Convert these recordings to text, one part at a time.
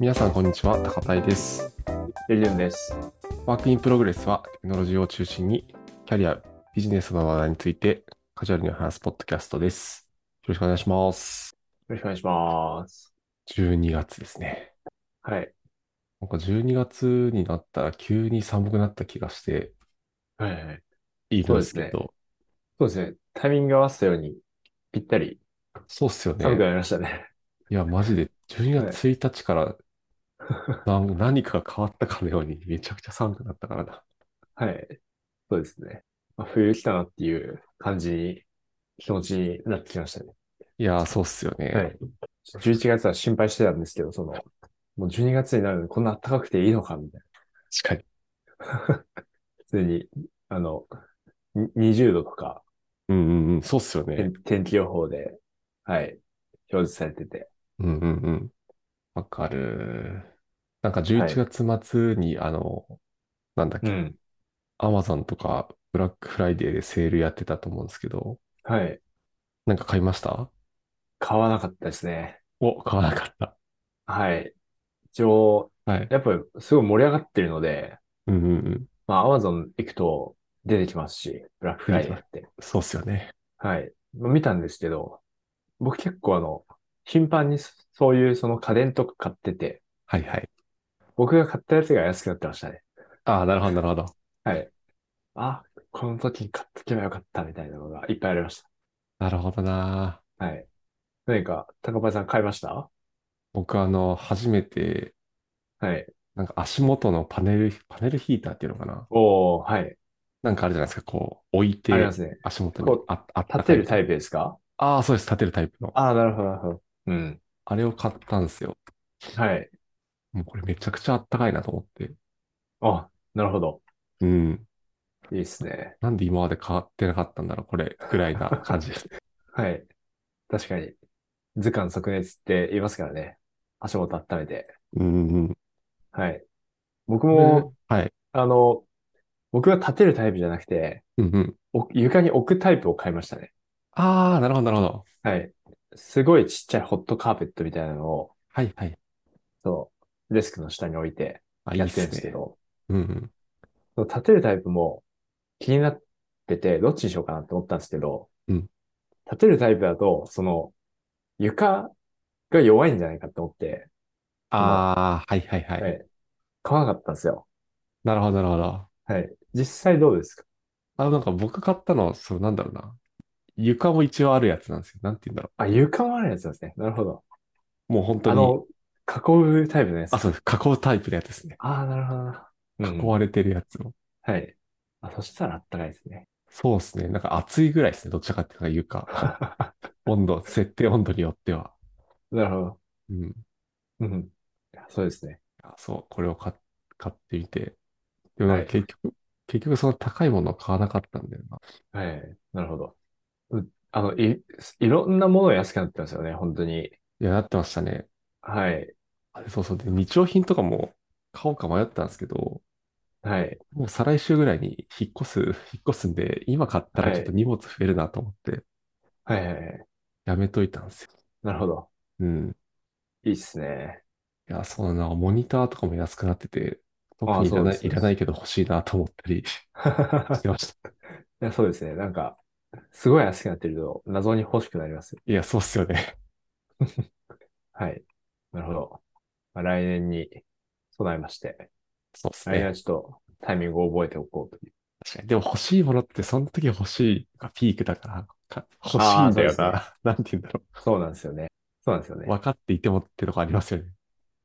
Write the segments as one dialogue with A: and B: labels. A: 皆さん、こんにちは。高田井です。
B: レジュンです。
A: ワークインプログレスは、テクノロジーを中心に、キャリア、ビジネスの話題について、カジュアルに話すポッドキャストです。よろしくお願いします。
B: よろしくお願いします。
A: 12月ですね。
B: はい。
A: なんか12月になったら、急に寒くなった気がして、
B: はいはい。
A: いいんですけど、
B: そうですね。タイミング合わせたように、ぴったり
A: そうっすよね。
B: 寒くなりましたね。
A: いや、マジで、12月1日から、な何かが変わったかのように、めちゃくちゃ寒くなったからな。
B: はい。そうですね。まあ、冬来たなっていう感じに、気持ちになってきましたね。
A: いやー、そうっすよね。
B: はい。11月は心配してたんですけど、その、もう12月になるのにこんな暖かくていいのか、みたい
A: 確かに。
B: な。普通に、あの、に20度とか、
A: うんうんうん、そうっすよね。
B: 天天気予報で、はい、表示されてて。
A: うんうんうん。わかる。なんか
B: い
A: 11月末に、あの、なんだっけ、
B: ん。
A: アマゾンとかブラックフライデーでセールやってたと思うんですけど、
B: はい。
A: なんか買いました
B: 買わなかったですね。
A: お、買わなかった。
B: はい。一応、
A: はい。
B: やっぱりすごい盛り上がってるので、
A: うんうんうん。
B: まあ、Amazon 行くと出てきますし、ブラックフライデーって。
A: そうっすよね。
B: はい。まあ見たんですけど、僕結構あの、頻繁にそそういうその家電とか買ってて、
A: はいはい。
B: 僕が買ったやつが安くなってましたね。
A: ああ、なるほど、なるほど。
B: はい。あ、この時に買っとけばよかったみたいなのがいっぱいありまし
A: なるほどな。
B: た。はい。何か、高橋さん買いました
A: 僕あの、初めて、
B: はい。
A: なんか足元のパネル、パネルヒーターっていうのかな
B: おー、はい。
A: なんかあるじゃないですか、こう、置いて
B: あり、ますね。
A: 足元に
B: こう
A: あ、あった
B: 立
A: か
B: て
A: い
B: るタイプですか
A: ああ、そうです、立てるタイプの。
B: ああ、なるほど、なるほど。うん。
A: あれを買ったんですよ。
B: はい。
A: もうこれめちゃくちゃあったかいなと思って。
B: あ、なるほど。
A: うん。
B: いいですね。
A: なんで今まで買ってなかったんだろう、これ、ぐらいな感じです。
B: はい。確かに。図鑑即熱って言いますからね。足元温めて。
A: うんうん。
B: はい。僕
A: も
B: も、
A: う、はい。
B: あの、僕は立てるタイプじゃなくて、
A: うんうん。
B: お床に置くタイプを買いましたね。
A: ああ、なるほど、なるほど。
B: はい。すごいちっちゃいホットカーペットみたいなのを、
A: はいはい。
B: そう、デスクの下に置いて
A: あ、いい
B: や
A: っ
B: ってる
A: す
B: んですけ
A: ね。
B: ど、
A: うんうん。
B: その立てるタイプも気になってて、どっちにしようかなって思ったんですけど、
A: うん
B: 立てるタイプだと、その、床が弱いんじゃないかって思って、
A: ああ、はいはいはい。
B: はい買わなかったんですよ。
A: なるほど、なるほど。
B: はい。実際どうですか
A: あ、なんか僕買ったのは、そう、なんだろうな。床も一応あるやつなんですよ。なんて言うんだろ
B: あ、床もあるやつなんですね。なるほど。
A: う。もう本当
B: あ
A: に、
B: の、囲うタイプのやつ。
A: あ、そうです。囲うタイプのやつですね。
B: あーなるほどな。
A: 囲
B: うん
A: われてるやつを。
B: はい。あ、そしたらあったかいですね。
A: そうですね。なんか暑いぐらいですね。どちらかっていうと床。温度、設定温度によっては。
B: なるほど。
A: うん。
B: うん。そうですね。
A: あそう、これを買っ、買ってみて。でもなんか
B: はい
A: 結局、結局その高いものを買わなかったんだよな。
B: はい。なるほど。うあの、い、いろんなものが安くなってますよね。本当に。
A: いや、なってましたね。
B: はい。
A: あそうそう。で、日用品とかも買おうか迷ったんですけど、
B: はい。
A: もう再来週ぐらいに引っ越す、 引っ越すんで、今買ったらちょっと荷物増えるなと思って、
B: はいはいはい。
A: やめといたんですよ。
B: なるほど。
A: うん。
B: いいっすね。
A: いや、そうだな。モニターとかも安くなってて、特
B: あ
A: にいら
B: そう
A: な
B: で
A: い、
B: すそう
A: い
B: です
A: らないけど欲しいなと思ったりし
B: い
A: てました。
B: や、そうですね。なんか、すごい安くなってると、謎に欲しくなります。
A: いや、そうっすよね。
B: はい。なるほど。まあ、来年に備えまして、
A: そうっす
B: 来年
A: ね。
B: はちょっとタイミングを覚えておこうという。
A: 確かに。でも欲しいものって、その時欲しいがピークだから、か欲しい
B: あー
A: んだよ
B: そう で
A: な。なんて言うんだろ
B: そうなんですよね。そうなんですよ
A: う。
B: ね。
A: 分かっていてもってとこありますよね。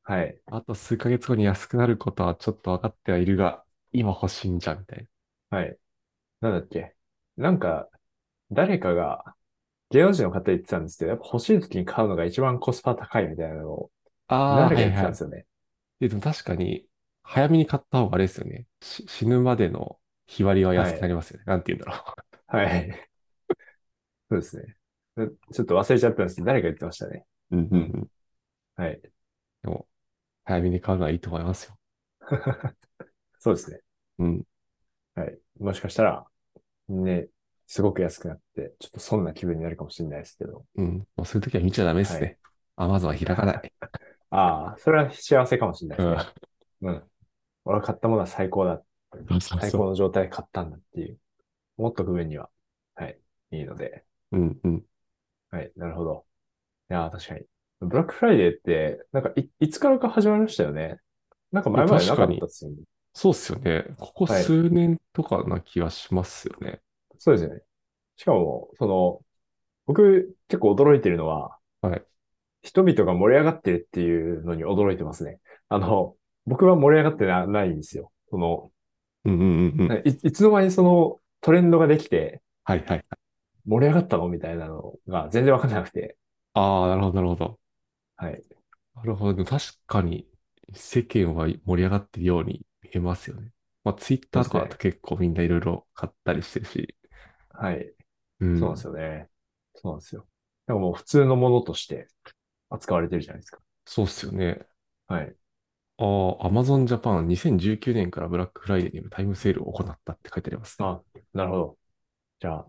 B: はい。
A: あと数ヶ月後に安くなることはちょっと分かってはいるが、今欲しいんじゃんみたい
B: はい。なんだっけ。なんか、誰かが、芸能人の方言ってたんですけど、やっぱ欲しい時に買うのが一番コスパ高いみたいなのを、
A: な。ああ、
B: 誰
A: は
B: か言
A: い
B: ってた
A: は
B: ん
A: い
B: です。よね。
A: で、でも確かに、早めに買った方があれですよね。し死ぬまでの日割りは安くなりますよね。なんて言うんだろう。
B: はい。そうですね。でちょっと忘れちゃったんですけど、誰か言ってましたね。
A: うんうんうん。
B: はい。
A: でも、早めに買うのはいいと思いますよ。
B: そうですね。
A: うん。
B: はい。もしかしたら、ね、すごく安くなって、ちょっと損な気分になるかもしれないですけど。
A: うん。もうそういう時は見ちゃダメですね。アマゾンは開かない。
B: ああ、それは幸せかもしれないで
A: う
B: す
A: ん
B: ね。。うん。俺は買ったものは最高だ。
A: そうそう
B: 最
A: そ
B: 高の状態で買ったんだっていう。思っとく上には、はい、いいので。
A: う。うんうん。
B: はい、なるほど。いやー、確かに。ブラックフライデーって、なんかい、いつからか始まりましたよね。なんか前までなかったですよね。
A: そうっすよね。ここ
B: はい
A: 数年とかな気がしますよね。
B: そうですよね。しかも、その、僕結構驚いてるのは、
A: はい
B: 人々が盛り上がってるっていうのに驚いてますね。あの、僕は盛り上がってな、ないんですよ。その、
A: うんうんうんうん。
B: い、いつの間にそのトレンドができて
A: はいはいはい。
B: 盛り上がったのみたいなのが全然わかんなくて。
A: ああ、なるほど、なるほど。
B: はい。
A: なるほど。確かに世間は盛り上がってるように見えますよね。まあ、ツイッターとかだと結構みんないろいろ買ったりしてるし。
B: はい。
A: うん。
B: そうなんです
A: よ。
B: よね。そうなんですよ。なんかもう普通のものとして扱われてるじゃないですか。
A: そうっすよね。
B: はい。
A: ああ、Amazon Japan 2019年からブラックフライデーによるタイムセールを行ったって書いてありますね。
B: あ、なるほど。じゃあ、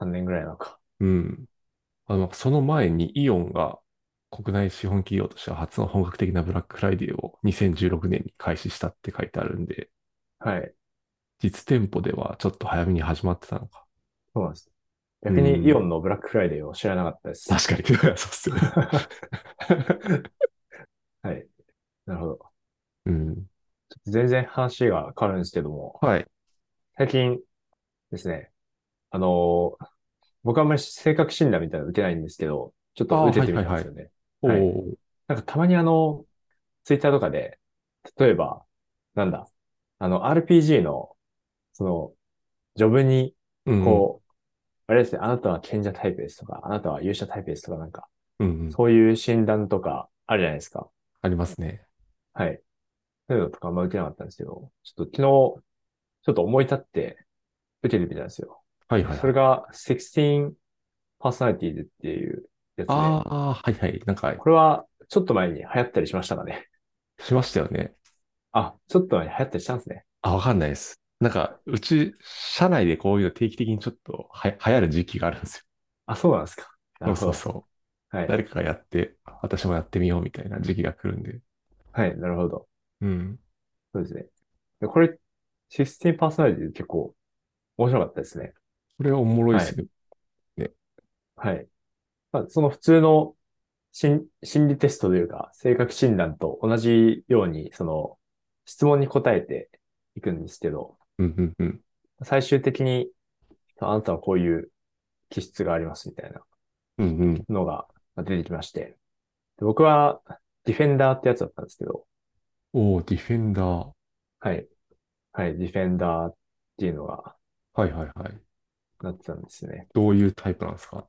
B: 3年ぐらいなのか。
A: うん。あの、その前にイオンが国内資本企業としては初の本格的なブラックフライデーを2016年に開始したって書いてあるんで、
B: はい。
A: 実店舗ではちょっと早めに始まってたのか。
B: そうなんです。逆
A: うん
B: にイオンのブラックフライデーを知らなかったです。
A: 確かに。そうっすよね。
B: はい。なるほど。ちょ
A: うん。
B: っと全然話が変わるんですけども、
A: はい。
B: 最近ですね、あのー僕あんまり性格診断みたいなの受けないんですけど、ちょっと受けてみたんですよね。
A: お
B: はい
A: お。
B: なんかたまにあの、ツイッターとかで、例えば、なんだ、あの、RPG の、その、ジョブに、
A: うん
B: こう、あれですね、あなたは賢者タイプですとか、あなたは勇者タイプですとか、なんか、
A: うんうん、
B: そういう診断とかあるじゃないですか。
A: ありますね。
B: はい。そういうのとかあんま受けなかったんですけど、ちょっと昨日、ちょっと思い立って受けてみたんですよ。
A: はいはい。
B: それが16パーソナリティーズっていうやつで、
A: ああ、はいはい。なんか、
B: これはちょっと前に流行ったりしましたかね。
A: しましたよね。
B: あ、ちょっと前に流行ったりしたんですね。
A: あ、わかんないです。なんか、うち、社内でこういうの定期的にちょっとは流行る時期があるんですよ。
B: あ、そうなんですか。なるほ
A: そう
B: ど。
A: そう
B: は
A: そう。
B: い。
A: 誰かがやって、私もやってみようみたいな時期が来るんで。
B: はい、なるほど。
A: うん。
B: そうですね。でこれ、16パーソナリティ結構面白かったですね。
A: これはおもろいですね。
B: はい。まあ、その普通の心心理テストというか、性格診断と同じように、その質問に答えていくんですけど、
A: うんうんうん。
B: 最終的に、あなたはこういう気質がありますみたいな
A: うんうん。
B: のが出てきまして。で僕はディフェンダーってやつだったんですけど、
A: おお、ディフェンダー。は
B: はい。はい、ディフェンダーっていうのが
A: いはいはい。
B: なってたんですね。
A: どういうタイプなんですか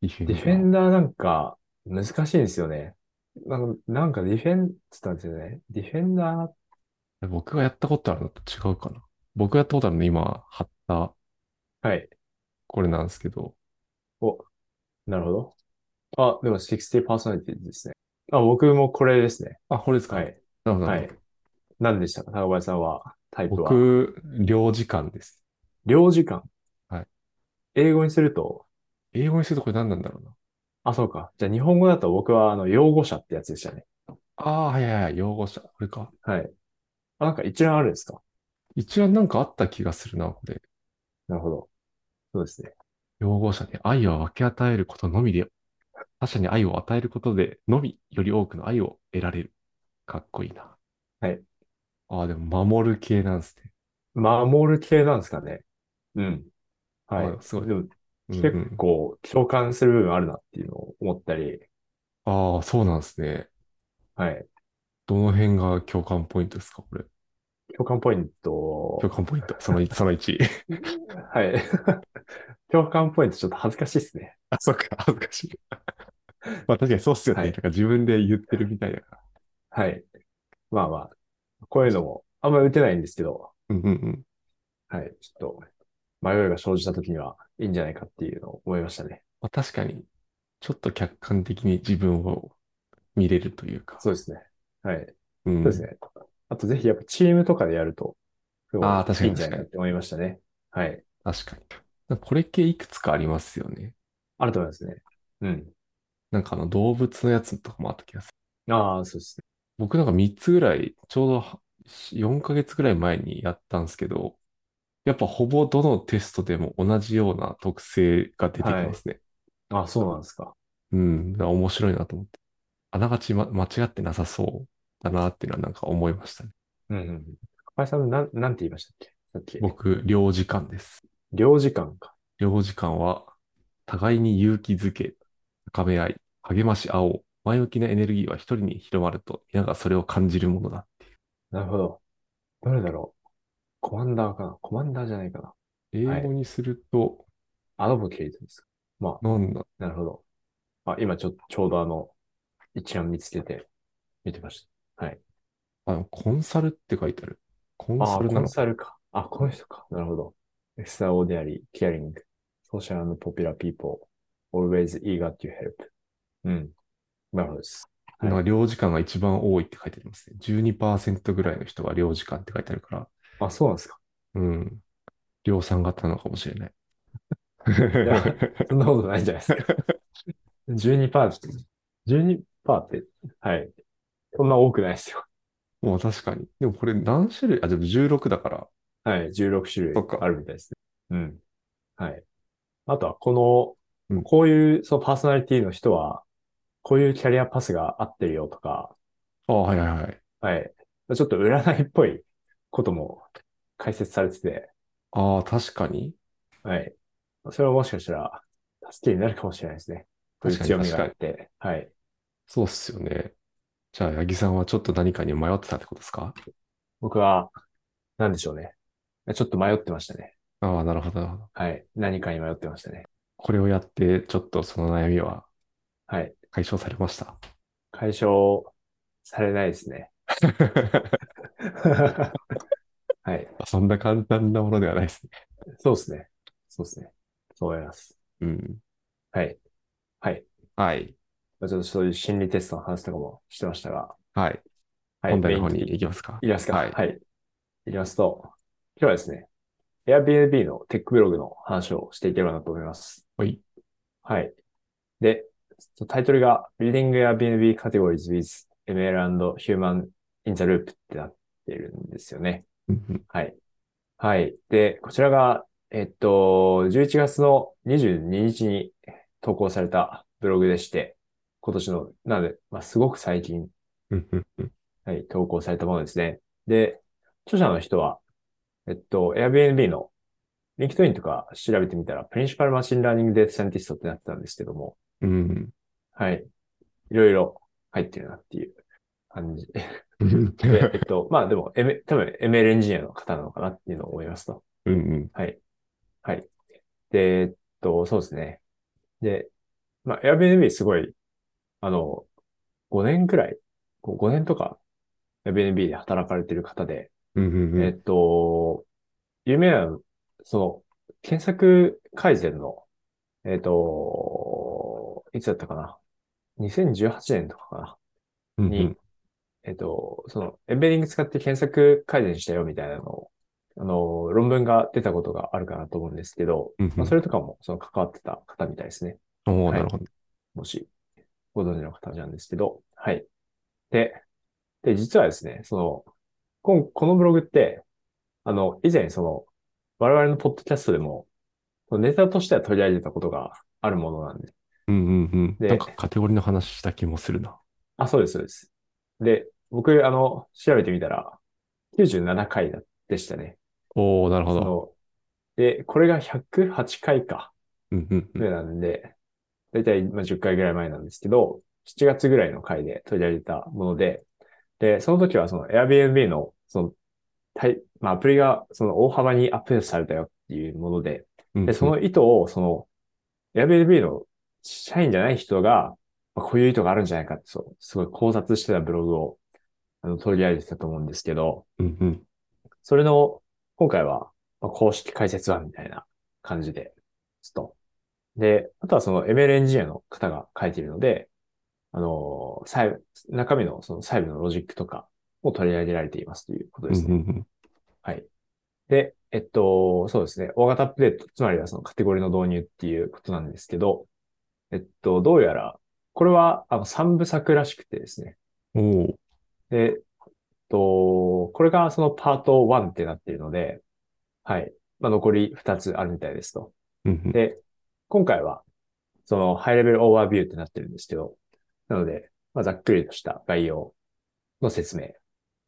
A: ディフェン
B: デ
A: ダ
B: ィ
A: ー。
B: フェンダーなんか難しいんですよね。なんか、なんかディフェン、つったんですよね。ディフェンダー、
A: 僕がやったことあるのと違うかな。僕がやったことあるの今貼った
B: はい。
A: これなんですけど。
B: なるほど。あ、でも60パーソナリティですね。あ、僕もこれですね。
A: あ、これですか。
B: は
A: なる
B: い。
A: ほどなるほど。
B: はい。何でしたか高林さんは、タイプは。
A: 僕、領事館です。
B: 領事館。
A: はい。
B: 英語にすると、
A: 英語にするとこれ何なんだろうな。
B: あ、そうか。じゃあ日本語だと僕は、あの、擁護者ってやつでしたね。
A: ああ、はいはいはい、擁護者。これか。
B: はい。あ、なんか一覧あるんですか
A: 一覧なんかあった気がするな、これ。
B: なるほど。そうですね。
A: 擁護者で愛は分け与えることのみで、他者に愛を与えることでのみ、より多くの愛を得られる。かっこいいな。
B: はい。
A: ああ、でも守る系なんですね。
B: 守る系なんですかね。うん。はい。
A: あすごい
B: でも
A: うんうん
B: 結構共感する部分あるなっていうのを思ったり、
A: ああ、そうなんですね。
B: はい。
A: どの辺が共感ポイントですか、これ。
B: 共感ポイント、
A: 共感ポイント。その1、その1。
B: はい。 共感ポイントちょっと恥ずかしいですね。
A: あ、そっか、恥ずかしい。まあ確かにそうっすよね。
B: はい
A: なんか自分で言ってるみたいだから。
B: はい。まあまあ、こういうのもあんまり打てないんですけど、
A: うんうんうん。
B: はい。ちょっと迷いが生じた時にはいいんじゃないかっていうのを思いましたね。
A: まあ、確かに、ちょっと客観的に自分を見れるというか。
B: そうですね。はい。
A: うん
B: そうですね。あとぜひやっぱチームとかでやると、すごい
A: あー確かに
B: いいんじゃないかって思いましたね。はい。
A: 確かに。なんかこれ系いくつかありますよね。
B: あると思いますね。うん。
A: なんかあの動物のやつとかもあった気がす
B: ああ、そうですね。
A: 僕なんか3つぐらい、ちょうどは4ヶ月ぐらい前にやったんですけど、やっぱほぼどのテストでも同じような特性が出てきま
B: はい。
A: すね。
B: ああ、そうなんですか。
A: うん、だから面白いなと思って。あながち、ま、間違ってなさそうだなっていうのはなんか思いましたね。
B: うんうんうん。高林さん、なん、なんて言いましたっけさっき。
A: 僕、領事館です。
B: 領事館か。
A: 領事館は、互いに勇気づけ、高め合い、励まし合おう。前向きなエネルギーは一人に広まると、皆がそれを感じるものだ。
B: なるほど。どれだろう。コマンダーかなコマンダーじゃないかな。
A: 英
B: は
A: 語
B: い。
A: にすると、
B: アドボケイトですか。まあ、
A: なんだ、
B: なるほど。あ、今ちょ、ちょうどあの、一覧見つけて見てました。はい。
A: あの、コンサルって書いてある。コン
B: あ
A: サ
B: あ、
A: ル
B: コ
A: な
B: ン
A: の
B: サ
A: か。
B: ルか。あ、この人か。なるほど。extraordinary, caring, social and popular people, always eager to help. うん。なるほどです。は
A: なんか
B: い。
A: 領事館が一番多いって書いてありますね。12%ぐらいの人が領事館って書いてあるから、
B: あ、そうなんです か。
A: うん、量産型なのかもしれない。
B: いや、そんなことないんじゃないです か。12%って、12%って、はい。そんな多くないですよ。
A: もう確かに。でもこれ何種類あ、でも16だから。
B: はい。16種
A: そっ
B: 類
A: か。
B: あるみたいですね。うん。はい。あとは、こ
A: う
B: の、
A: ん。
B: こういう、そのパーソナリティの人は、こういうキャリアパスが合ってるよとか、
A: あ、はいはいはい。
B: はい。ちょっと占いっぽいことも解説されてて、
A: ああ、確かに。
B: はい。それはもしかしたら、助けになるかもしれないですね。こうい
A: 確
B: う
A: かに
B: 強み
A: 確
B: が
A: か
B: あっ
A: に。
B: て、はい。
A: そうっすよね。じゃあ、八木さんはちょっと何かに迷ってたってことですか
B: 僕は、なんでしょうね。ちょっと迷ってましたね。
A: ああ、なるほど、なるほど。
B: はい。何かに迷ってましたね。
A: これをやって、ちょっとその悩みは
B: はい。
A: 解消されました。
B: 解消されないですね。 はい。
A: そんな簡単なものではないですね。
B: そうですね。そうですね。そう思います。
A: うん。
B: はい。はい。
A: はい。
B: まあちょっとそういう心理テストの話とかもしてましたが、
A: はい。
B: はい。
A: 本題
B: メ
A: の方
B: インと
A: に
B: い、
A: 行きますか。
B: いきます
A: は
B: か。
A: い。
B: はい。いきますと、今日はですね、Airbnb のテックブログの話をしていければなと思います。
A: はい。
B: はい。で、タイトルが Building Airbnb Categories with ML and Human in the Loop ってなってるんですよね。
A: うんうん
B: はい。はい。で、こちらが、えっと、11月の22日に投稿されたブログでして、今年の、なので、まあ、すごく最近、
A: うんうんうん
B: はい、投稿されたものですね。で、著者の人は、えっと、Airbnb の LinkedIn とか調べてみたら、プリンシパルマシンラーニングデータサイエンティストってなってたんですけども、
A: うん
B: はい。いろいろ入ってるなっていう感じ。
A: うん
B: で、えっと、まあでも、M、多分 ML エンジニアの方なのかなっていうのを思いますと。
A: うんうん
B: はい。はい。で、えっと、そうですね。で、まあ、Airbnb すごい、あの、5年くらい、こう5年とか Airbnb で働かれてる方で、
A: うんうんう
B: えっ
A: ん
B: と、有名な、その、検索改善の、えっと、いつだったかな ?2018 年とかかな
A: うんう
B: に、
A: ん
B: えっと、その、エンベリング使って検索改善したよみたいなのを、あの、論文が出たことがあるかなと思うんですけど、
A: うんう
B: まあ、そ
A: ん
B: れとかも、その、関わってた方みたいですね。
A: おー
B: は
A: なる
B: い。
A: ほど。
B: もし、ご存知の方なんですけど、はい。で、で、実はですね、その、こんこのブログって、あの、以前、その、我々のポッドキャストでも、ネタとしては取り上げたことがあるものなんで
A: うんうんうん。なん
B: で、
A: かカテゴリーの話した気もするな。
B: あ、そうです、そうです。で、僕、あの、調べてみたら、97回だでしたね。
A: おお、なるほ
B: そ
A: ど。
B: の、で、これが108回か、
A: うんうんう
B: ぐ
A: ん。
B: らいなんで、だいたいまあ10回ぐらい前なんですけど、7月ぐらいの回で取り上げたもので、で、その時はその Airbnb の、その、たいまあ、アプリがその大幅にアップデートされたよっていうもので、
A: う
B: で、
A: ん
B: そうの
A: ん。
B: 意図を、その、Airbnb の社員じゃない人が、まあ、こういう意図があるんじゃないかって、そう、すごい考察してたブログを、あの、取り上げてたと思うんですけど、
A: うんうん。
B: それの、今回は、まあ、公式解説版みたいな感じで、ちょっと。で、あとはその ML エンジニアの方が書いているので、あのー細部、中身のその細部のロジックとかも取り上げられていますということで
A: うん
B: す
A: う
B: ね。
A: んうん。
B: はい。で、えっと、そうですね。大型アップデート、つまりはそのカテゴリーの導入っていうことなんですけど、えっと、どうやら、これは、あの、三部作らしくてですね。
A: おー
B: で、えっと、これがそのパート1ってなっているので、はい。まあ、残り2つあるみたいですと。
A: うんうん。
B: で、今回は、そのハイレベルオーバービューってなってるんですけど、なので、まあ、ざっくりとした概要の説明。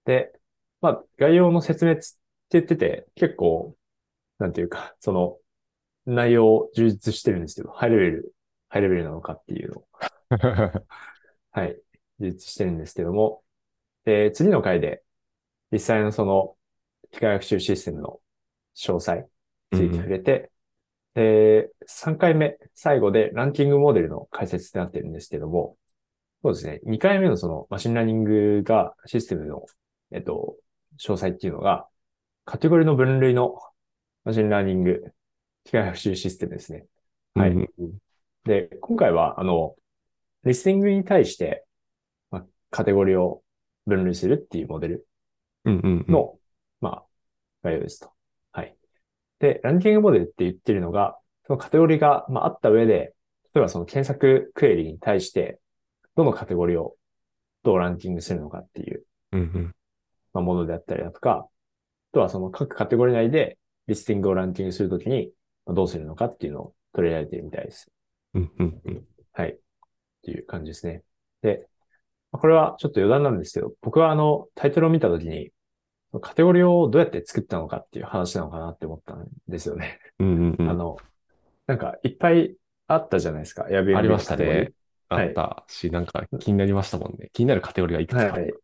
B: で、まあ、概要の説明つって言ってて、結構、なんていうか、その、内容充実してるんですけど、ハイレベル、ハイレベルなのかっていうのを、はい、充実してるんですけども、で、次の回で、実際のその、機械学習システムの詳細、
A: うん
B: に
A: う
B: ついて触
A: ん
B: れて、で、3回目、最後でランキングモデルの解説ってなってるんですけども、そうですね、2回目のそのマシンラーニングがシステムの、えっと、詳細っていうのが、カテゴリーの分類のマシンラーニング、機械学習システムですね。はい。
A: うんうん
B: で、今回は、あの、リスニングに対して、まあ、カテゴリーを分類するっていうモデル
A: うんうんうん。
B: の、まあ、概要ですと。はい。で、ランキングモデルって言ってるのが、そのカテゴリーが、まあ、あった上で、例えばその検索クエリに対して、どのカテゴリーをどうランキングするのかっていう、
A: うんうん。
B: まあ、ものであったりだとか、あとはその各カテゴリー内でリスティングをランキングするときに、まあどうするのかっていうのを取り上げてるみたいです。
A: うんうんうん。
B: はい。っていう感じですね。で、まあこれはちょっと余談なんですけど、僕はあの、タイトルを見たときに、カテゴリーをどうやって作ったのかっていう話なのかなって思ったんですよね。
A: うんうん
B: あ
A: うん。
B: の、なんかいっぱいあったじゃないですか。Airbnb
A: ありました
B: のカ
A: ね
B: テ。
A: あ
B: はい
A: ったし、なんか気になりましたもんね。気になるカテゴリーがいく
B: ゴ
A: つ
B: リ
A: か
B: ー。
A: あ
B: はい
A: る。。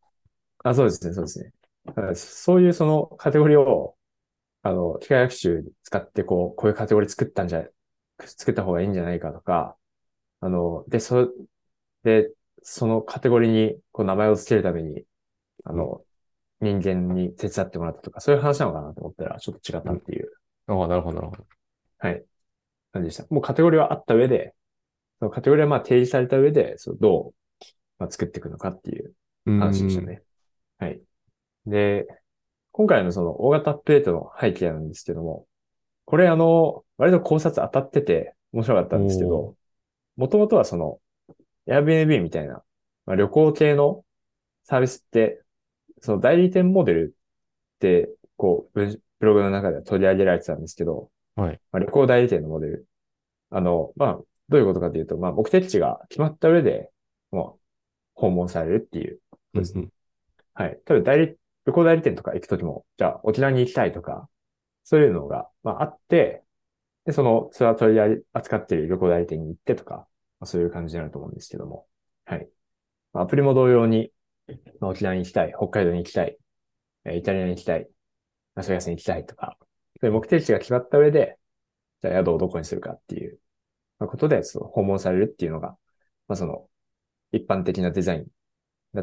B: あ、そうですね、そうですね。だからそういうそのカテゴリーを、あの、機械学習使ってこう、こういうカテゴリー作ったんじゃ、作った方がいいんじゃないかとか、あの、で、そ、で、そのカテゴリーにこう名前を付けるために、あの、人間に手伝ってもらったとか、そういう話なのかなと思ったら、ちょっと違ったっていう
A: ああ、なるほど、なるほど。
B: はい。感じでした。もうカテゴリーはあった上で、そのカテゴリーはまあ提示された上で、そうどう、まあ、作っていくのかっていう
A: うん
B: 話でしたね。はい。で、今回のその大型アップデートの背景なんですけども、これあの、割と考察当たってて面白かったんですけど、もともとはその Airbnb みたいな、まあ、旅行系のサービスって、その代理店モデルって、こう、ブブログの中では取り上げられてたんですけど、
A: はい。
B: まあ、旅行代理店のモデル。あの、まあ、どういうことかというと、まあ、目的地が決まった上で、もう、訪問されるっていう。
A: うん
B: ですはい。例えば代理、旅行代理店とか行くときも、じゃあ、沖縄に行きたいとか、そういうのが、まあ、あって、で、そのツアー取り扱っている旅行代理店に行ってとか、まあ、そういう感じになると思うんですけども。はい。まあアプリも同様に、まあ、沖縄に行きたい、北海道に行きたい、えーイタリアに行きたい、ラスベガスに行きたいとか、そういう目的地が決まった上で、じゃあ宿をどこにするかっていうまあことで、その訪問されるっていうのが、まあその一般的なデザインだ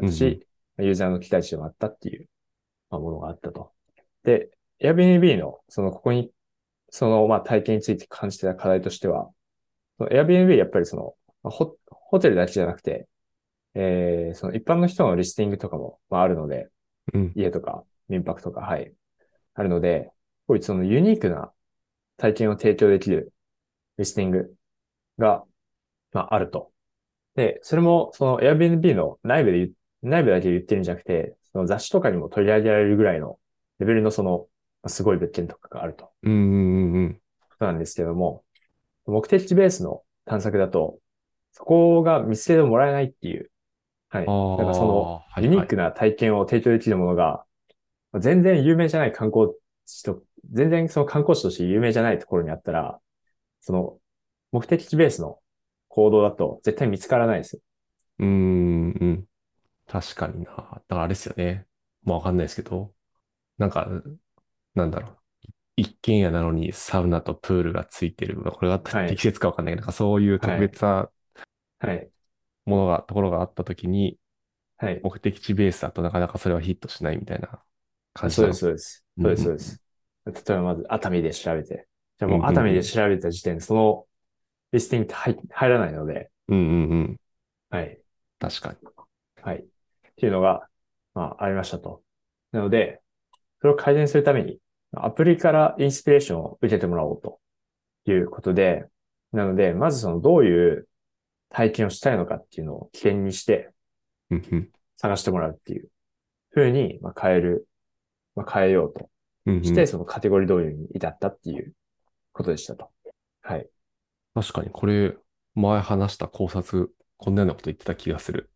A: う
B: った
A: んうん
B: し、まあユーザーの期待値もあったっていう、まあものがあったと。で、Airbnb の、そのここに、そのまあ体験について感じてた課題としては、その Airbnb やっぱりその、まあホホテルだけじゃなくて、えー、その一般の人のリスティングとかも、まあ、あるので、
A: うん
B: 家とか民泊とか、はい、あるので、こういうそのユニークな体験を提供できるリスティングが、まあ、あると。で、それも、その Airbnb の内部で言う、内部だけで言ってるんじゃなくて、その雑誌とかにも取り上げられるぐらいのレベルのその、まあすごい物件とかがあると。
A: うんうんうんうん。
B: ことなんですけども、目的地ベースの探索だと、そこが見つけてもらえないっていう、はい。
A: ああ、
B: なんかその、
A: はい
B: ユニ
A: は
B: ー
A: い
B: クな体験を提供できるものが、全然有名じゃない観光地と、全然その観光地として有名じゃないところにあったら、その、目的地ベースの行動だと絶対見つからないですよ。
A: うんうん。確かにな。だからあれですよね。まあわかんないですけど、なんか、なんだろう。一軒家なのにサウナとプールがついてる。まあこれが
B: はい
A: 適切かわかんないけど、なんかそういう特別な
B: はい。
A: ものが、ところがあったときに、
B: はい。
A: 目的地ベースだとなかなかそれはヒットしないみたいな感じ
B: そう
A: な
B: で
A: の
B: す、そうです。そうです、
A: うん
B: そううんです。例えばまず熱海で調べて。じゃあ
A: うん
B: も
A: う
B: うん
A: うん
B: 熱海で調べた時点で、そのリスティングって入入らないので、
A: うんうんうん。
B: はい。
A: 確かに。
B: はい。っていうのが、まあ、ありましたと。なので、それを改善するために、アプリからインスピレーションを受けてもらおうということで、なので、まずそのどういう体験をしたいのかっていうのを起点にして、
A: うんうん。
B: 探してもらうっていう風に、まあ、変える、まあ、変えようと
A: うんうん
B: して、そのカテゴリー導入に至ったっていうことでしたと。はい。
A: 確かにこれ、前話した考察、こんなようなこと言ってた気がする。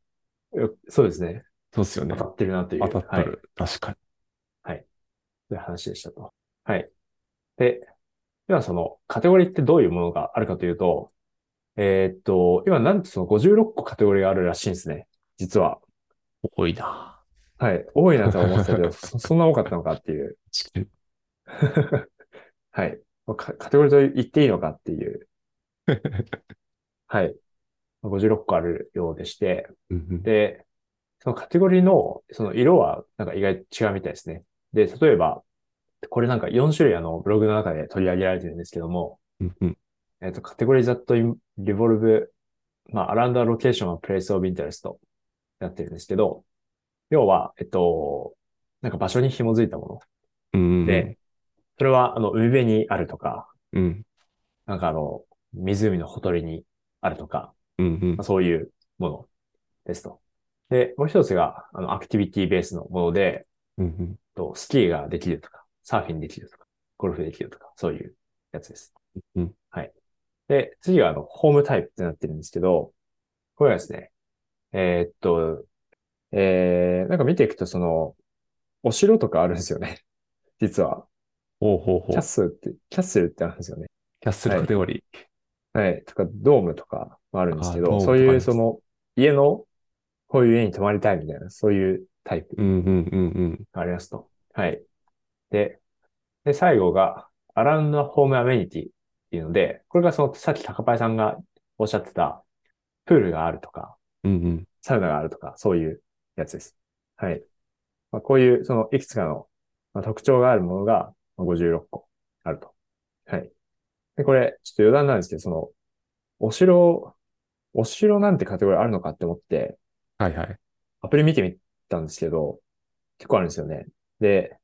B: よそうですね。
A: そうですよね
B: 当た。ってるなという。
A: 当たった
B: はい。
A: る。確かに。
B: そういう話でしたと。はい。で、ではそのカテゴリーってどういうものがあるかというと、えーっと、今なんとその56個カテゴリーがあるらしいんですね。実は。
A: 多いな。
B: はい。多いなとは思ってたけど、そそんな多かったのかっていう。
A: 確かに
B: はい。まあカカテゴリーと言っていいのかっていう。はい。まあ56個あるようでして、
A: うんうん
B: で、そのカテゴリーの、その色はなんか意外と違うみたいですね。で、例えば、これなんか4種類あのブログの中で取り上げられてるんですけども、
A: うんうん
B: えっ、と、カテゴリーザットリボルブ、まあ、アランダーロケーションはプレイスオブインタレストになってるんですけど、要は、えっと、なんか場所に紐づいたも
A: うんう
B: の
A: ん
B: で、それは、あの、海辺にあるとか、
A: うん
B: なんかあの、湖のほとりにあるとか、
A: うんうん
B: まあ、そういうものですと。で、もう一つが、あの、アクティビティベースのもので、
A: うんうん
B: えっとスキーができるとか、サーフィンできるとか、ゴルフできるとか、そういうやつです。
A: うん
B: はい。で、次があの、ホームタイプってなってるんですけど、これはですね、えーっと、えー、なんか見ていくと、その、お城とかあるんですよね。 実は。
A: ほうほうほう
B: キャッスルって、キャッスルってあるんですよね。
A: キャッスルカテゴリー。
B: はい。とか、ドームとかもあるんですけ
A: あードー
B: ど、
A: ムと
B: そう
A: かあ
B: い
A: り
B: う、
A: ます
B: その、家の、こういう家に泊まりたいみたいな、そういうタイプ
A: うんうんうん
B: がありますと。はい。で、で、最後が、アラウンドホームアメニティっていうので、これがその、さっき高パイさんがおっしゃってた、プールがあるとか、
A: うん。うんうん。
B: サウナがあるとか、そういうやつです。はい。まあ、こういう、その、いくつかの、まあ、特徴があるものが、まあ56個あると。はい。で、これ、ちょっと余談なんですけど、その、お城、お城なんてカテゴリーあるのかって思って、
A: はいはい。
B: アプリ見てみたんですけど、結構あるんですよね。で、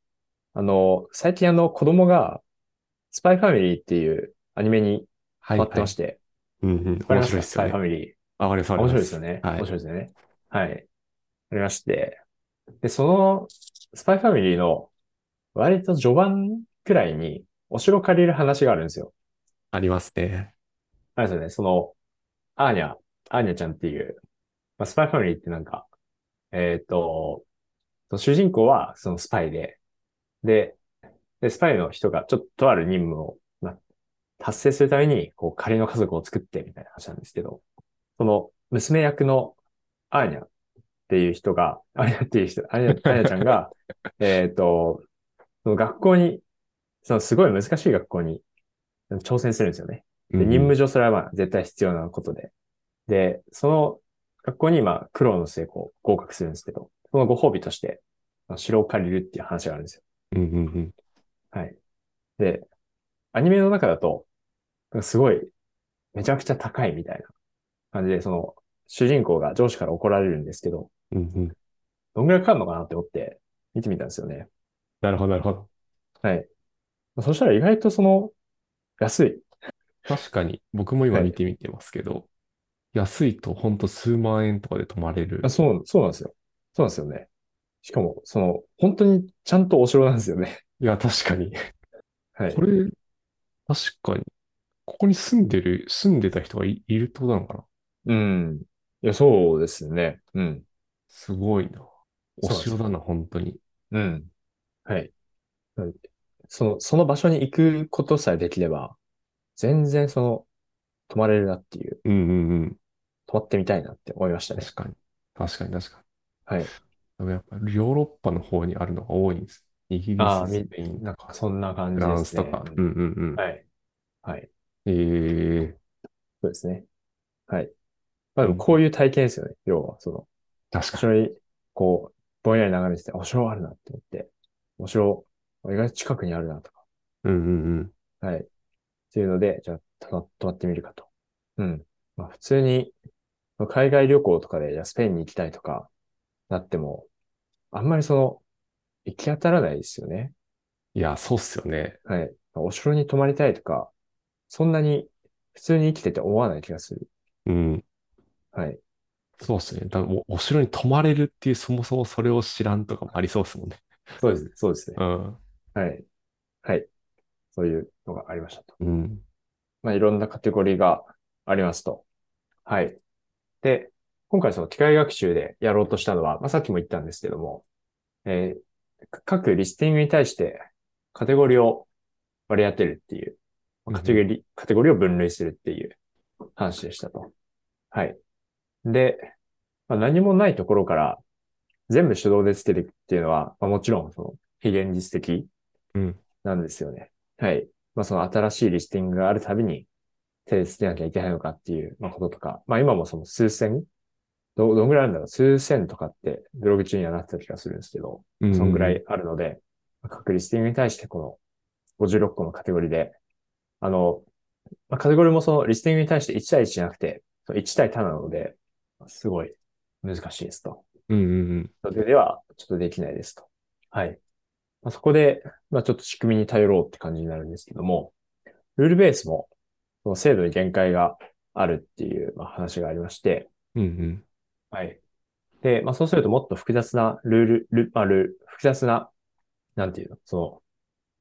B: あの、最近あの、子供が、スパイファミリーっていうアニメに
A: は
B: ハ
A: いは
B: マ
A: い
B: ってまして、
A: うんうん。
B: わか
A: 面
B: ります
A: 白い
B: か
A: っ
B: ス
A: す
B: パ
A: よ
B: イファ
A: ね。
B: ミリー。
A: あわかります、わか
B: 面
A: りま
B: 白いですよね。
A: はい
B: 面白いですよね。はい。ありまして。で、その、スパイファミリーの、割と序盤くらいに、お城借りる話があるんですよ。
A: ありますね。
B: あれですよね。その、アーニャ、アーニャちゃんっていう、まあ、スパイファミリーってなんか、えっ、と、その主人公はそのスパイで、で、で、スパイの人がちょっととある任務を、まあ、達成するために、こう仮の家族を作ってみたいな話なんですけど、その娘役のアーニャっていう人が、アーニャっていう人、アーニャ、アーニャちゃんが、えっと、その学校に、そのすごい難しい学校に挑戦するんですよね。
A: うん
B: で、
A: うん
B: 任務上それはまあ絶対必要なことで。で、その学校にまあ苦労の末こう合格するんですけど、そのご褒美として、まあ城を借りるっていう話があるんですよ。
A: うんうんうん。
B: はい。で、アニメの中だと、なんかすごい、めちゃくちゃ高いみたいな感じで、その、主人公が上司から怒られるんですけど、
A: うんうん。
B: どんぐらいかかるのかなって思って見てみたんですよね。
A: なるほど、なるほど。
B: そしたら意外とその、安い。
A: 確かに、僕も今
B: はい
A: 見てみてますけど、安いとほんと数万円とかで泊まれる
B: あ、。そう、そうなんですよ。そうなんですよね。しかも、その、本当にちゃんとお城なんですよね。
A: いや、確かに。
B: はい
A: こ。れ、確かに。ここに住んでる、住んでた人がい、いるってことなのかな
B: うん。いや、そうですね。うん。
A: すごいな。お
B: そうなんですよ
A: 城だな、本当に。
B: うん。はい。はいその、その場所に行くことさえできれば、全然その、泊まれるなっていう、
A: うんうんうん。
B: 泊まってみたいなって思いましたね。
A: 確かに。確かに、確かに。
B: はい。
A: でもやっぱりヨーロッパの方にあるのが多いんです。イギリ
B: ああ、
A: ス、ス
B: み
A: ペイ、ン、
B: なんか そんな感
A: フ
B: じ
A: ラ
B: で
A: ンス
B: すね。
A: とか。うんうんうん。
B: はい。はい。
A: ええ
B: そうですね。はい。まあでもこういう体験ですよね。要は、その、
A: 確
B: お
A: かに。
B: 城に、こう、ぼんやり流れてて、お城あるなって思って、お城、意外と近くにあるなとか。
A: うんうんうん。
B: はい。っていうので、じゃあ、たま、泊まってみるかと。うん。まあ、普通に、まあ海外旅行とかで、じゃあスペインに行きたいとか、なっても、あんまりその、行き当たらないですよね。
A: いや、そうっすよね。
B: はい。まあお城に泊まりたいとか、そんなに、普通に生きてて思わない気がする。
A: うん。
B: はい。
A: そうですね。だからお、お城に泊まれるっていう、そもそもそれを知らんとかもありそうですもんね。
B: そうですね。そうですね。
A: うん。
B: はい。はい。そういうのがありましたと。
A: うん。
B: まあ、いろんなカテゴリーがありますと。はい。で、今回その機械学習でやろうとしたのは、まあ、さっきも言ったんですけども、えーか各リスティングに対してカテゴリーを割り当てるっていう、まあカテゴリー、カテゴリーを分類するっていう話でしたと。はい。で、まあ、何もないところから全部手動でつけていくっていうのは、まあ、もちろんその非現実的
A: うん。
B: なんですよね。はい。まあ、その新しいリスティングがあるたびに手つけなきゃいけないのかっていうまあこととか、まあ今もその数千、ど、どんぐらいあるんだろう、数千とかってブログ中にはなってた気がするんですけど、
A: うん。
B: そんぐらいあるので、まあ各リスティングに対してこの56個のカテゴリーで、あの、まあ、カテゴリーもそのリスティングに対して1対1じゃなくて、その1対多なので、すごい難しいですと。
A: うんうん
B: それでは、ちょっとできないですと。はい。まあ、そこで、まあ、ちょっと仕組みに頼ろうって感じになるんですけども、ルールベースも、その制度に限界があるっていう、まあ、話がありまして、
A: うん。うんうん。
B: はい。で、まあ、そうするともっと複雑なルール、ル、まあ、ルール、複雑な、なんていうの、その、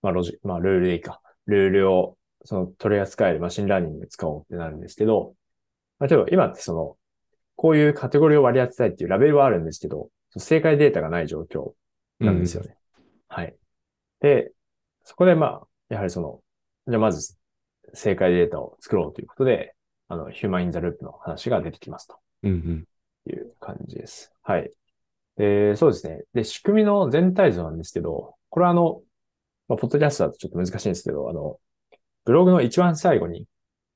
B: まあ、ロジ、まあ、ルールでいいか。ルールを、その、取り扱えるマシンラーニングで使おうってなるんですけど、まあ、例えば今ってその、こういうカテゴリーを割り当てたいっていうラベルはあるんですけど、その正解データがない状況なんですよね。はい。で、そこでまあ、やはりその、じゃあまず正解データを作ろうということで、あの、ヒューマンインザループの話が出てきますと。
A: うんうん。
B: っていう感じです。はい。で、そうですね。で、仕組みの全体像なんですけど、これはあの、まあ、ポッドキャストだとちょっと難しいんですけど、あの、ブログの一番最後に、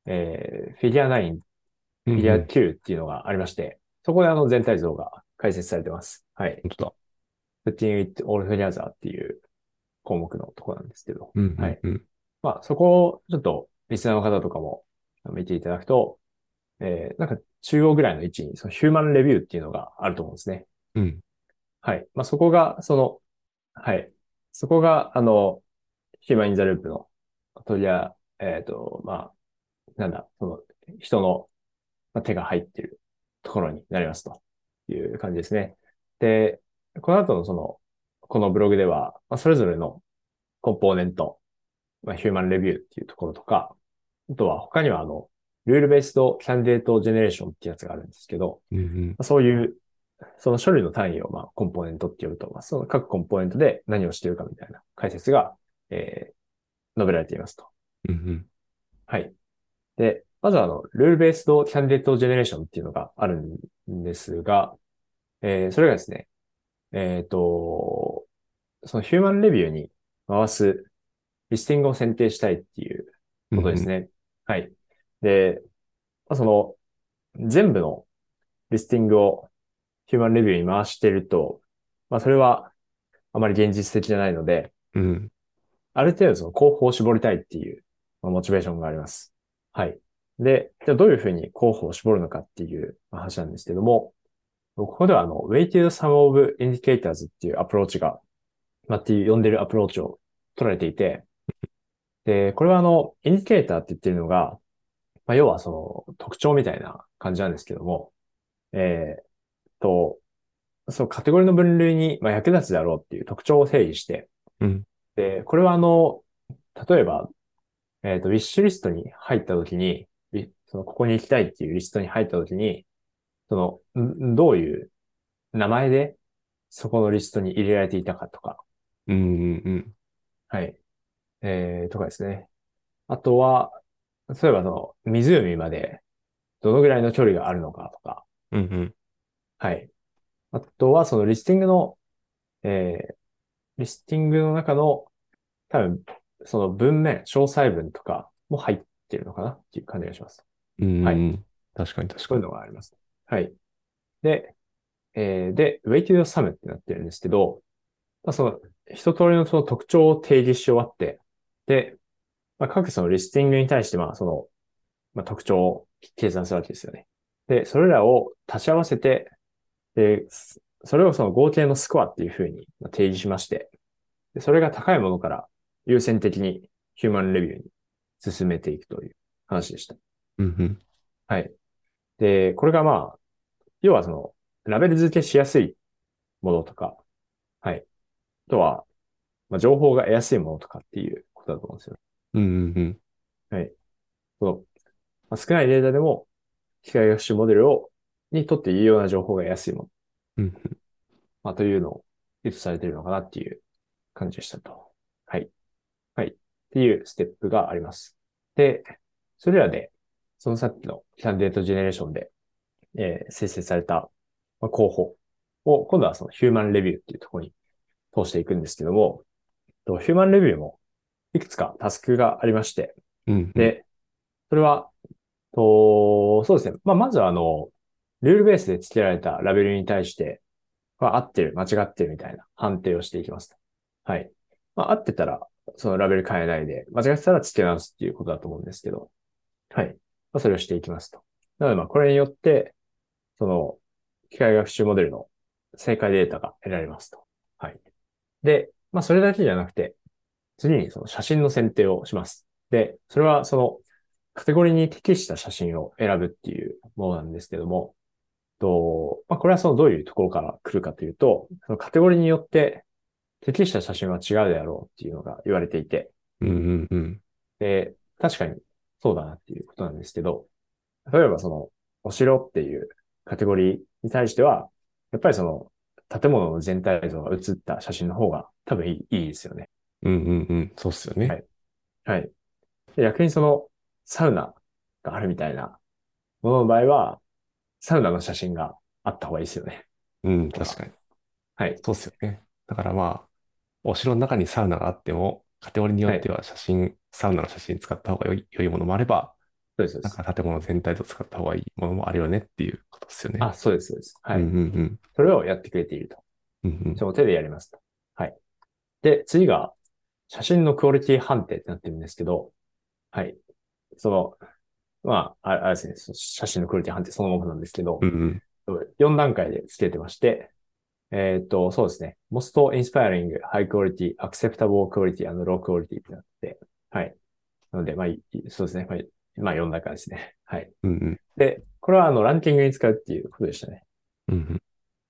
B: えー、フィギュア
A: う
B: 9、
A: ん
B: フィ
A: うん。
B: ギュア9っていうのがありまして、そこであの全体像が解説されてます。はい。
A: 本当だ。
B: putting it all together っていう項目のとこなんですけど、
A: うんうんうん。
B: はいまあ、そこをちょっとリスナーの方とかも見ていただくと、えー、なんか中央ぐらいの位置にそのヒューマンレビューっていうのがあると思うんですね。
A: うん。
B: はい。まあ、そこが、その、はい。そこが、あの、ヒューマンインザループの、とりあえっ、と、まあ、なんだ、その、人の、まあ、手が入ってるところになりますという感じですね。で、この後のその、このブログでは、まあ、それぞれのコンポーネント、まあ、ヒューマンレビューっていうところとか、あとは他にはあの、ルールベースドキャンディデートジェネレーションってやつがあるんですけど、
A: うんうん。
B: まあそういう、その処理の単位を、まあ、コンポーネントって呼ぶと、まあ、その各コンポーネントで何をしているかみたいな解説が、えー述べられていますと。
A: うんうん。
B: はい。で、まずはあの、ルールベースドキャンディデートジェネレーションっていうのがあるんですが、えーそれがですね、えっ、と、そのヒューマンレビューに回すリスティングを選定したいっていうことですね。はい。で、まあ、その、全部のリスティングをヒューマンレビューに回してると、まあそれはあまり現実的じゃないので、
A: うんうん。
B: ある程度その候補を絞りたいっていう、まあモチベーションがあります。はい。で、じゃあどういうふうに候補を絞るのかっていうまあ話なんですけども、ここではあの、Weighted Sum of Indicators っていうアプローチが、まあっていう呼んでるアプローチを取られていて、で、これはあの、インディケーターって言ってるのが、まあ要はその特徴みたいな感じなんですけども、えーっと、そう、カテゴリーの分類にまあ役立つであろうっていう特徴を定義して、
A: うん
B: で、これはあの、例えば、えーっ、と、ウィッシュリストに入ったときに、ウィそのここに行きたいっていうリストに入ったときに、その、んどういう名前でそこのリストに入れられていたかとか、
A: うんうんうん。
B: はい。えー、とかですね。あとは、例えばその、湖までどのぐらいの距離があるのかとか、
A: うんうん。
B: はい。あとは、そのリスティングの、えー、リスティングの中の、多分、その文面、詳細文とかも入ってるのかなっていう感じがします。
A: うん
B: は
A: うん。確かに確
B: そう
A: か
B: いうのがあります。はい。で、えーで、weighted sum ってなってるんですけど、まあ、その、一通りのその特徴を定義し終わって、で、まあ、各そのリスティングに対して、まあ、その、まあ、特徴を計算するわけですよね。で、それらを足し合わせて、で、そそれをその合計のスコアっていうふうにまあ定義しまして、でそれが高いものから優先的にヒューマンレビューに進めていくという話でした。
A: に。うんうん。
B: で、これがまあ、要はその、ラベル付けしやすいものとか、はい。あとは、まあ、情報が得やすいものとかっていうことだと思うんですよ。
A: うんうんうん。
B: そのまあ、少ないデータでも、機械学習モデルを、にとって有用な情報が得やすいもの。
A: うん
B: まあ、というのを、リフトされているのかなっていう感じでしたと。はい。はい。っていうステップがあります。で、それらで、そのさっきのキャンデートジェネレーションで、えー生成された、まあ、候補を、今度はそのヒューマンレビューっていうところに通していくんですけども、とヒューマンレビューもいくつかタスクがありまして、
A: うんうん。
B: で、それは、と、そうですね。まあ、まずは、あの、ルールベースで付けられたラベルに対して、まあ、合ってる、間違ってるみたいな判定をしていきます。はい。まあ、合ってたら、そのラベル変えないで、間違ってたら付け直すっていうことだと思うんですけど、はい。まあ、それをしていきますと。なので、まあ、これによって、その、機械学習モデルの正解データが得られますと。はい。で、まあ、それだけじゃなくて、次にその写真の選定をします。で、それはその、カテゴリーに適した写真を選ぶっていうものなんですけども、と、まあ、これはそのどういうところから来るかというと、そのカテゴリーによって適した写真は違うであろうっていうのが言われていて、
A: うんうんうん。
B: で、確かにそうだなっていうことなんですけど、例えばその、お城っていうカテゴリーに対しては、やっぱりその、建物の全体像が写った写真の方が多分いいいいですよね。
A: うんうんうん。そうっすよね。
B: はいはい。で逆にその、サウナがあるみたいなものの場合は、サウナの写真があった方がいいですよね。
A: うん、確かに。
B: はい。
A: そうっすよね。だからまあ、お城の中にサウナがあっても、カテゴリーによっては写真、サウナの写真使った方が良い、良いものもあれば、
B: そうです。そうで
A: なん
B: す
A: か建物全体と使った方がいいものもあるよねっていうことですよね。
B: あ、そうです。そうです。はい。
A: うんうん
B: それをやってくれていると。
A: うん。うんうん
B: その手でやりますと。はい。で、次が、写真のクオリティ判定ってなってるんですけど、はい。その、まあ、ああれですね、そ写真のクオリティ判定そのままなんですけど、
A: うんうん。
B: 4段階でつけてまして、えーっと、そうですね。most inspiring, high quality, acceptable quality, and low quality ってなって、はい。なので、まあ、いそうですね。まあ、まあ、4段階ですね。はい。
A: うんうん。
B: で、これはあの、ランキングに使うっていうことでしたね。
A: うんうん。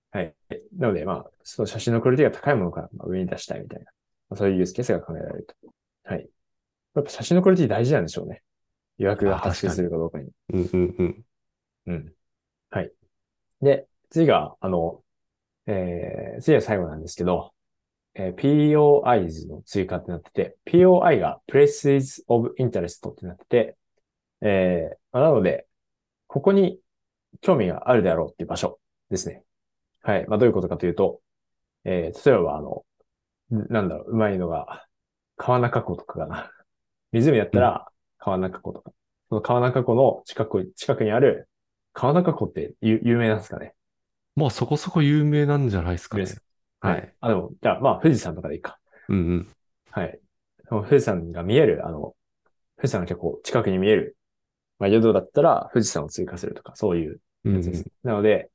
B: はい。なので、まあ、その写真のクオリティが高いものからまあ上に出したいみたいな、まあ、そういうユースケースが考えられると。はい。やっぱ写真のクオリティ大事なんでしょうね。予約が
A: あ
B: 発生するかどうかに。
A: うんうんうん。
B: うん。はい。で、次が、あの、えー、次は最後なんですけど、えー POIs の追加ってなってて、POI が Places of Interest ってなってて、えーまあなので、ここに興味があるであろうっていう場所ですね。はい。まあ、どういうことかというと、えー例えば、あの、んなんだろう、うまいのが、川中湖とかかな。湖だったら、川中湖とか。その川中湖の近く、近くにある、川中湖って有有名なんですかね。
A: まあそこそこ有名なんじゃないですかね。
B: です
A: はい。。
B: あ、でも、じゃあ、まあ、富士山とかでいいか。
A: うんうん。
B: はい。でも富士山が見える、あの、富士山が結構近くに見える、まあ、夜道だったら富士山を追加するとか、そういう
A: うんう
B: や
A: ん
B: つです。なので、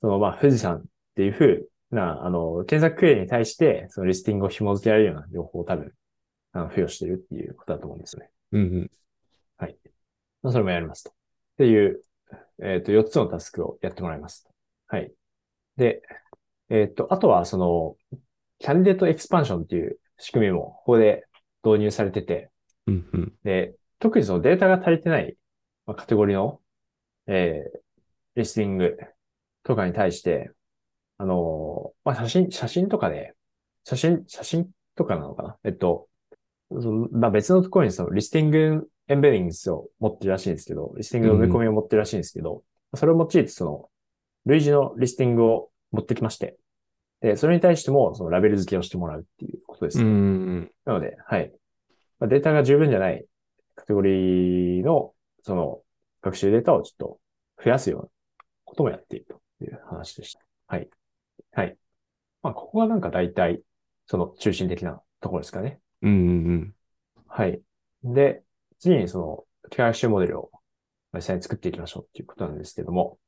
B: その、まあ、富士山っていうふうな、あの、検索クエリに対して、そのリスティングを紐付けられるような情報を多分、あの、付与してるっていうことだと思うんですね。
A: うんうん。
B: まあ、それもやりますと。っていう、えっ、と、4つのタスクをやってもらいます。はい。で、えっ、と、あとは、その、キャンディデートエクスパンションっていう仕組みも、ここで導入されてて、
A: うんうん。
B: で、特にそのデータが足りてない、まあ、カテゴリーの、えー、リスティングとかに対して、あのーまあ、写真、写真とかで、写真、写真とかなのかなえっと、そのまあ、別のところにそのリスティングエンベディングスを持ってるらしいんですけど、リスティングの埋め込みを持ってるらしいんですけど、それを用いてその、類似のリスティングを持ってきまして、で、それに対してもそのラベル付けをしてもらうっていうことです
A: う
B: ね。
A: んうん
B: なので、はい。まあ、データが十分じゃないカテゴリーの、その、学習データをちょっと増やすようなこともやっているという話でした。はい。はい。まあ、ここがなんか大体、その中心的なところですかね。
A: うん。うんうんうん。
B: はい。で、次にその、機械学習モデルを実際に作っていきましょうっていうことなんですけども、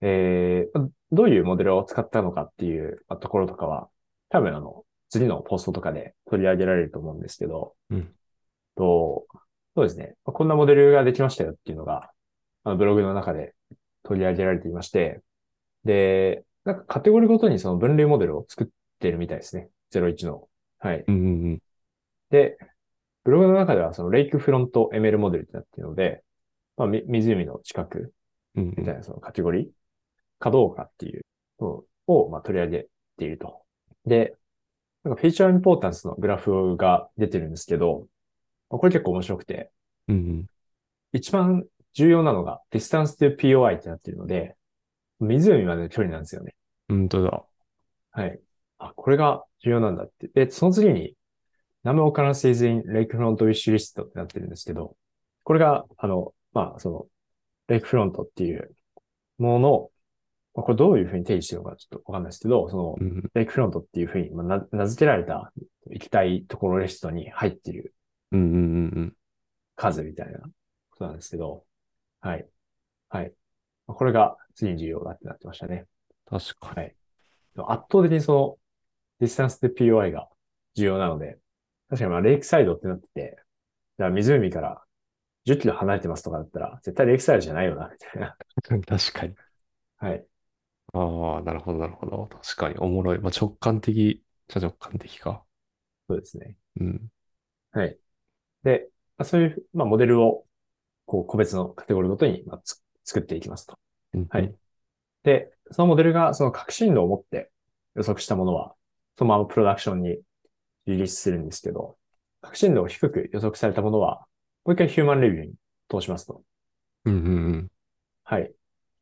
B: えー、どういうモデルを使ったのかっていうまあところとかは、多分あの、次の放送とかで取り上げられると思うんですけど、
A: うん
B: と、そうですね。こんなモデルができましたよっていうのが、あのブログの中で取り上げられていまして、で、なんかカテゴリーごとにその分類モデルを作ってるみたいですね。01の。はい。
A: うんうんうん。
B: で、ブログの中ではそのレイクフロント ML モデルってなってるので、まあ、み湖の近く
A: うんう
B: みたい
A: ん。
B: なそのカテゴリーかどうかっていうのを、まあ、取り上げていると。で、なんかフィーチャーインポータンスのグラフが出てるんですけど、まあこれ結構面白くて、
A: うん
B: 一番重要なのが distance to POI ってなってるので、湖までの距離なんですよね。
A: うん。本当だ。
B: はい。あ、これが重要なんだって。で、その次に、number of currencies in Lakefront Wish List ってなってるんですけど、これが、あの、まあ、その、レイクフロントっていうものを、まあ、これどういうふうに定義してるのかちょっとわかんないですけど、その、
A: うん
B: レイクフロントっていうふうに、まあ、な名付けられた行きたいところリストに入っている
A: うんうんうんうん。
B: 数みたいなことなんですけど、はい。はい。まあこれが次に重要だってなってましたね。
A: 確かに。
B: はい圧倒的にその、ディスタンスで POI が重要なので、確かにまあ、レイクサイドってなってて、じゃあ湖から10キロ離れてますとかだったら、絶対レイクサイドじゃないよな、みたいな。
A: 確かに。
B: はい。
A: ああ、なるほど、なるほど。確かに、おもろい。まあ、直感的、じゃ直感的か。
B: そうですね。
A: うん。
B: はい。で、まあ、そういう、まあ、モデルを、こう、個別のカテゴリーごとに、まあ、つ作っていきますと。
A: うん
B: はい。で、そのモデルが、その革新度を持って予測したものは、そのままプロダクションにリリースするんですけど、革新度を低く予測されたものは、もう一回ヒューマンレビューに通しますと。
A: うんうんうん。
B: はい。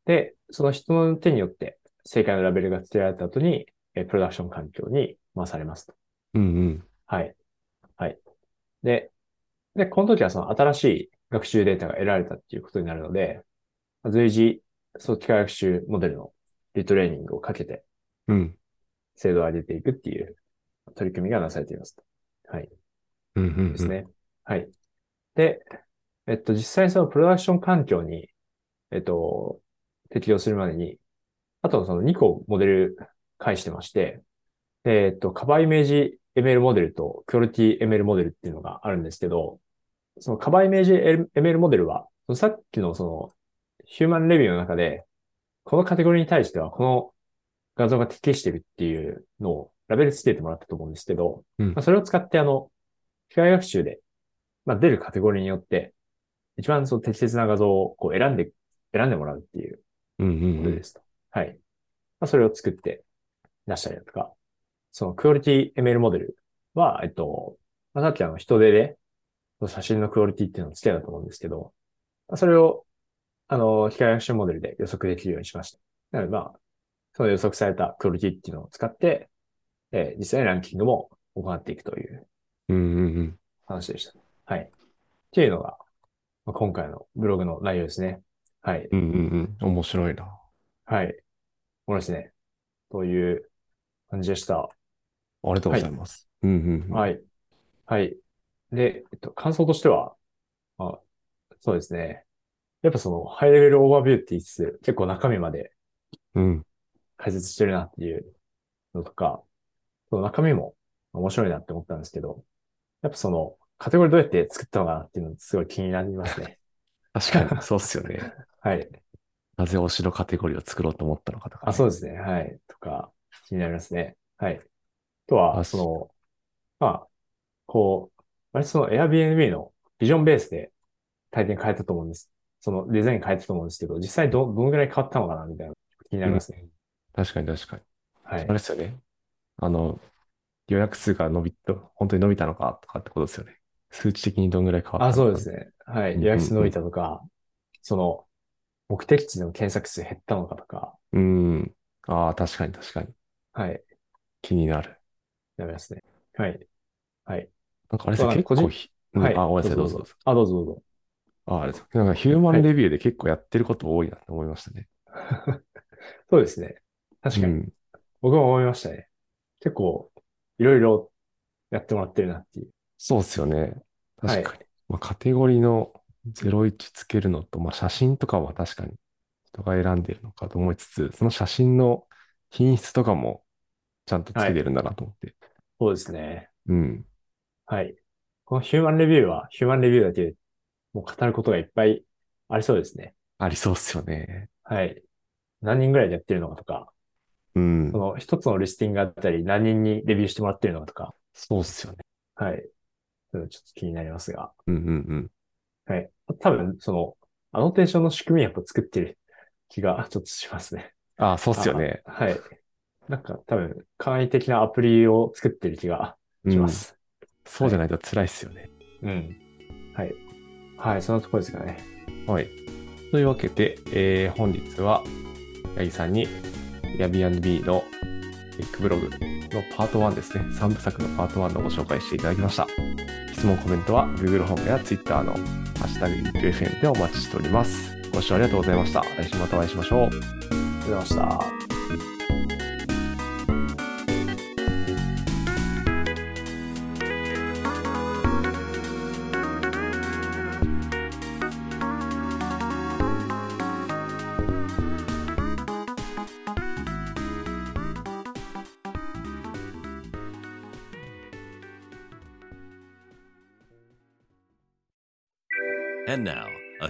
B: で、その人の手によって正解のラベルが付けられた後に、えープロダクション環境に回されますと。
A: うんうん。
B: はい。はい。で、で、この時はその新しい学習データが得られたっていうことになるので、まあ随時、その機械学習モデルのリトレーニングをかけて、
A: うん。
B: 精度を上げていくっていう取り組みがなされていますと。はい。
A: うんうんうん。
B: です。ね。はい。で、えっと、実際そのプロダクション環境に、えっと、適用するまでに、あとその2個モデル返してまして、でえっと、カバーイメージ ML モデルとクオリティ ML モデルっていうのがあるんですけど、そのカバーイメージ ML モデルは、そのさっきのそのヒューマンレビューの中で、このカテゴリーに対してはこの画像が適してるっていうのをラベルつけてもらったと思うんですけど、
A: うん
B: まあ、それを使ってあの、機械学習で、まあ、出るカテゴリーによって、一番その適切な画像をこう選んで、選んでもらうっていう
A: うんう
B: こ
A: んう
B: と
A: ん
B: で。すと。はい。まあ、それを作って出したりだとか、そのクオリティ ML モデルは、えっと、まあ、さっきあの人手で、その写真のクオリティっていうのをつけたと思うんですけど、まあ、それを、あの、機械学習モデルで予測できるようにしました。なので、まあ、その予測されたクオリティっていうのを使って、えー実際にランキングも行っていくという
A: うんうんうん。
B: 話でした。はい。っていうのが、まあ今回のブログの内容ですね。はい。
A: うんうんうん。面白いな。
B: はい。これですね。という感じでした。
A: ありがとうございます。うんうんうん。
B: はい。はい。で、えっと、感想としては、あ、そうですね。やっぱその、ハイレベルオーバービューって言いつつ、結構中身まで
A: うん。
B: 解説してるなっていうのとか、その中身も面白いなって思ったんですけど、やっぱその、カテゴリーどうやって作ったのかなっていうのすごい気になりますね。
A: 確 かに、そうっすよね。
B: はい。
A: なぜ推しのカテゴリーを作ろうと思ったのかとかね。
B: あ、そうですね。はい。とか、気になりますね。はい。あとは、
A: あ
B: その、まあ、こう、割とその Airbnb のビジョンベースで体験変えたと思うんです。そのデザイン変えたと思うんですけど、実際ど、どのぐらい変わったのかなみたいな、気になりますね。
A: 確かに確かに。
B: は
A: あ
B: い
A: れ。ですよね。あの、予約数が伸び、本当に伸びたのかとかってことですよね。数値的にどんぐらい変わった
B: あ、そうで
A: ね。
B: すね。は
A: うん
B: い。予約数伸びたとか、その、目的地の検索数減ったのかとか、
A: うん。ああ、確かに確かに。
B: はい。
A: 気になる。
B: なりますね。はい。はい。
A: なんかあれです
B: ま
A: ね、
B: あ
A: 結
B: 個人
A: 構ひ、うん
B: はい。
A: あ、ごめんなさい、どうぞどうぞ。。
B: あ、どうぞどうぞ。
A: あ、あれです。なんかヒューマンレビューで結構やってること多いなって思いましたね。
B: そうですね。確か
A: う
B: に。
A: ん。
B: 僕も思いましたね。結構、いろいろやってもらってるなっていう。
A: そうですよね。
B: は
A: 確
B: い
A: かに。まあ、カテゴリーの01つけるのと、まあ、写真とかは確かに人が選んでるのかと思いつつ、その写真の品質とかもちゃんとつけてるんだなと思って。
B: そうですね。
A: うん。
B: はい。このヒューマンレビューは、ヒューマンレビューだけでもう語ることがいっぱいありそうですね。
A: ありそうっすよね。
B: はい。何人ぐらいでやってるのかとか、
A: うん
B: そ。の一つのリスティングがあったり、何人にレビューしてもらってるのかとか、
A: そうっすよね。
B: はい。そういうのちょっと気になりますが。
A: うんうん
B: はい。多分、その、アノテーションの仕組みやっぱ作ってる気がちょっとしますね。
A: うん。ああ、そうっすよね。
B: あはい。なんか多分、簡易的なアプリを作ってる気がし
A: う
B: ま
A: ん。
B: す。
A: そうじゃないと辛いっすよね。
B: うん。はい。はい、そのところですかね。
A: はい。というわけで、えー本日は、八木さんに Airbnb のテックブログのパート1ですね。3部作のパート1のご紹介していただきました。質問、コメントは Google ホームや Twitter のハッシュタグ UFM でお待ちしております。ご視聴ありがとうございました。来週またお会いしましょう。
B: ありがとうございました。
C: And now, a